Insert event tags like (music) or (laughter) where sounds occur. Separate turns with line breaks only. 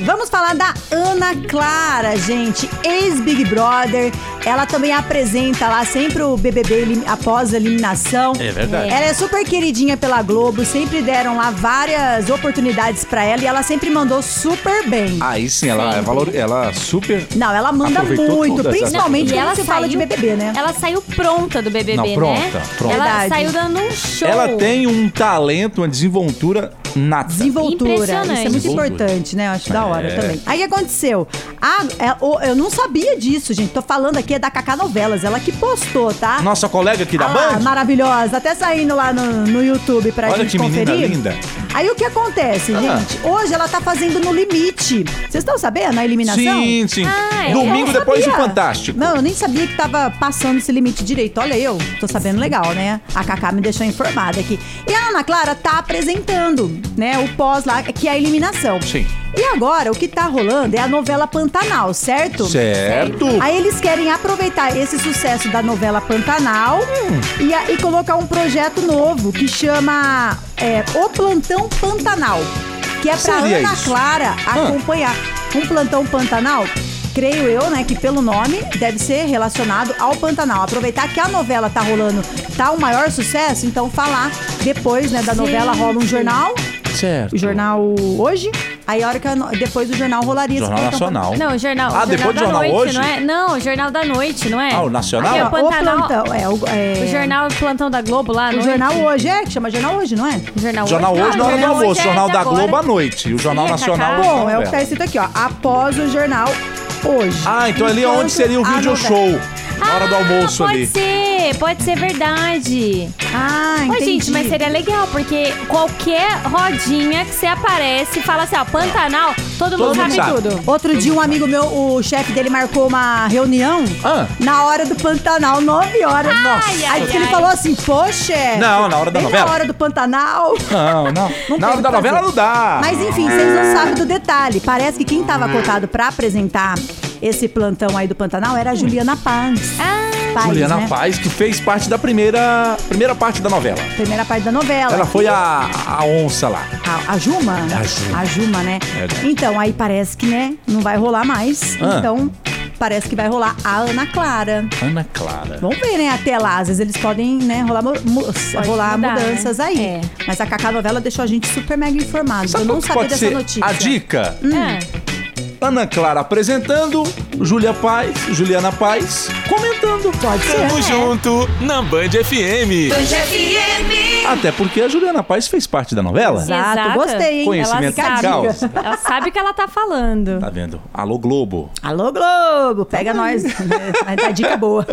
Vamos falar da Ana Clara, gente, ex-Big Brother. Ela também apresenta lá sempre o BBB elim- após a eliminação.
É verdade.
Ela é super queridinha pela Globo, sempre deram lá várias oportunidades pra ela e ela sempre mandou super bem.
Aí sim, ela, é valor, ela super.
Não, ela manda
Aproveitou
muito,
todas as-
principalmente
Não,
quando se fala de BBB, né?
Ela saiu pronta do BBB,
Não, pronta,
né?
pronta.
Ela
Verdade.
saiu dando um show.
Ela tem um talento, uma desenvoltura nata.
Desenvoltura. Isso é muito
Impressionante.
importante, né? Eu
É.
acho da hora também. Aí o que aconteceu? Ah, é, o- eu não sabia disso, gente. Tô falando aqui é da Cacá Novelas. Ela que postou, tá?
Nossa colega aqui da
Ah lá,
Band?
maravilhosa. Até saindo lá no, no YouTube pra
Olha
gente
que menina
conferir.
linda. Ah.
Aí o que acontece, gente? Hoje ela tá fazendo no limite. Vocês estão sabendo a eliminação?
Sim, sim.
Ah, é?
Domingo
Eu não
depois do
sabia.
Fantástico.
Não, eu nem sabia que tava passando esse limite direito. Olha, eu tô sabendo legal, né? A Cacá me deixou informada aqui. E a Ana Clara tá apresentando, né, o pós lá, que é a eliminação.
Sim.
E agora, o que tá rolando é a novela Pantanal, certo?
Certo.
Aí eles querem aproveitar esse sucesso da novela Pantanal
Hum.
e, a- e colocar um projeto novo que chama é, O Plantão Pantanal. Que é pra
Seria
Ana
isso? Ah.
Clara acompanhar. Um plantão Pantanal, creio eu, né, que pelo nome deve ser relacionado ao Pantanal. Aproveitar que a novela tá rolando, tá o maior sucesso, então falar depois, né, da novela rola um jornal,
Certo.
o jornal hoje, aí a hora que a no- depois do jornal rolaria
Jornal
esse plantão
Nacional.
Não, o jornal.
Ah,
o jornal
depois do
da
jornal
noite,
hoje?
não é? Não, o jornal da noite, não é?
Ah, o Nacional?
Aqui é o
Pantanal.
Pantanal.
O plantão, é, o, é,
O jornal Plantão da Globo lá, à
O
noite.
jornal hoje, é? Que chama jornal hoje, não é?
O jornal,
Jornal
Ah,
hoje na hora do
jornal hoje
almoço.
é
Jornal
de
da
agora.
Globo à noite. E o Jornal
Sim, é,
Nacional
Cacá.
hoje na
Bom, é o que tá
novela.
escrito aqui, ó. Após o jornal hoje.
Ah, então ali é
Enquanto
onde seria o
a
video
novela.
show. Na hora do
Ah,
almoço
pode
ali.
ser, pode ser verdade.
Ah,
Mas,
entendi.
gente, mas seria legal, porque qualquer rodinha que você aparece e fala assim, ó, Pantanal,
Todo
todo, mundo
mundo
sabe,
sabe.
tudo.
Outro dia, um amigo meu, o chefe dele marcou uma reunião
Ah.
na hora do Pantanal, 9 horas.
Nossa.
Ai,
Aí
ai,
que ele
ai.
falou assim, poxa...
Não, na hora da
bem
novela.
na hora do Pantanal.
Não, não. Na
tem o
hora da
que fazer.
novela não dá.
Mas enfim, vocês não sabem do detalhe. Parece que quem
Hum.
tava cotado pra apresentar esse plantão aí do Pantanal era a Juliana Paz.
Ah,
Paz,
Juliana
né?
Paz, que fez parte da primeira, primeira parte da novela.
Primeira parte da novela.
Ela foi a, a onça lá.
A, a Juma?
A Juma.
né?
Verdade.
Então, aí parece que, né, não vai rolar mais.
Ah.
Então, parece que vai rolar a Ana Clara.
Ana Clara.
Vamos ver, né? Até lá, às vezes eles podem, né, rolar, mu- mu- rolar
mudar,
mudanças
né?
aí.
É.
Mas a Cacá Novela deixou a gente super mega informado.
Sabe
Eu
qual
não
que
sabia
pode
dessa
ser
notícia.
a dica?
Hum.
ah.
Ana Clara apresentando, Júlia Paz, Juliana Paz comentando.
Pode ser. É.
Tamo junto na Band FM.
Até porque a Juliana Paz fez parte da novela.
Exato,
Exato.
gostei, hein?
Conhecimento
Ela
de
sabe.
causa.
Ela sabe o que ela tá falando.
Tá vendo? Alô Globo.
(laughs)
Alô, Globo, pega nós. Mas tá né? dica boa.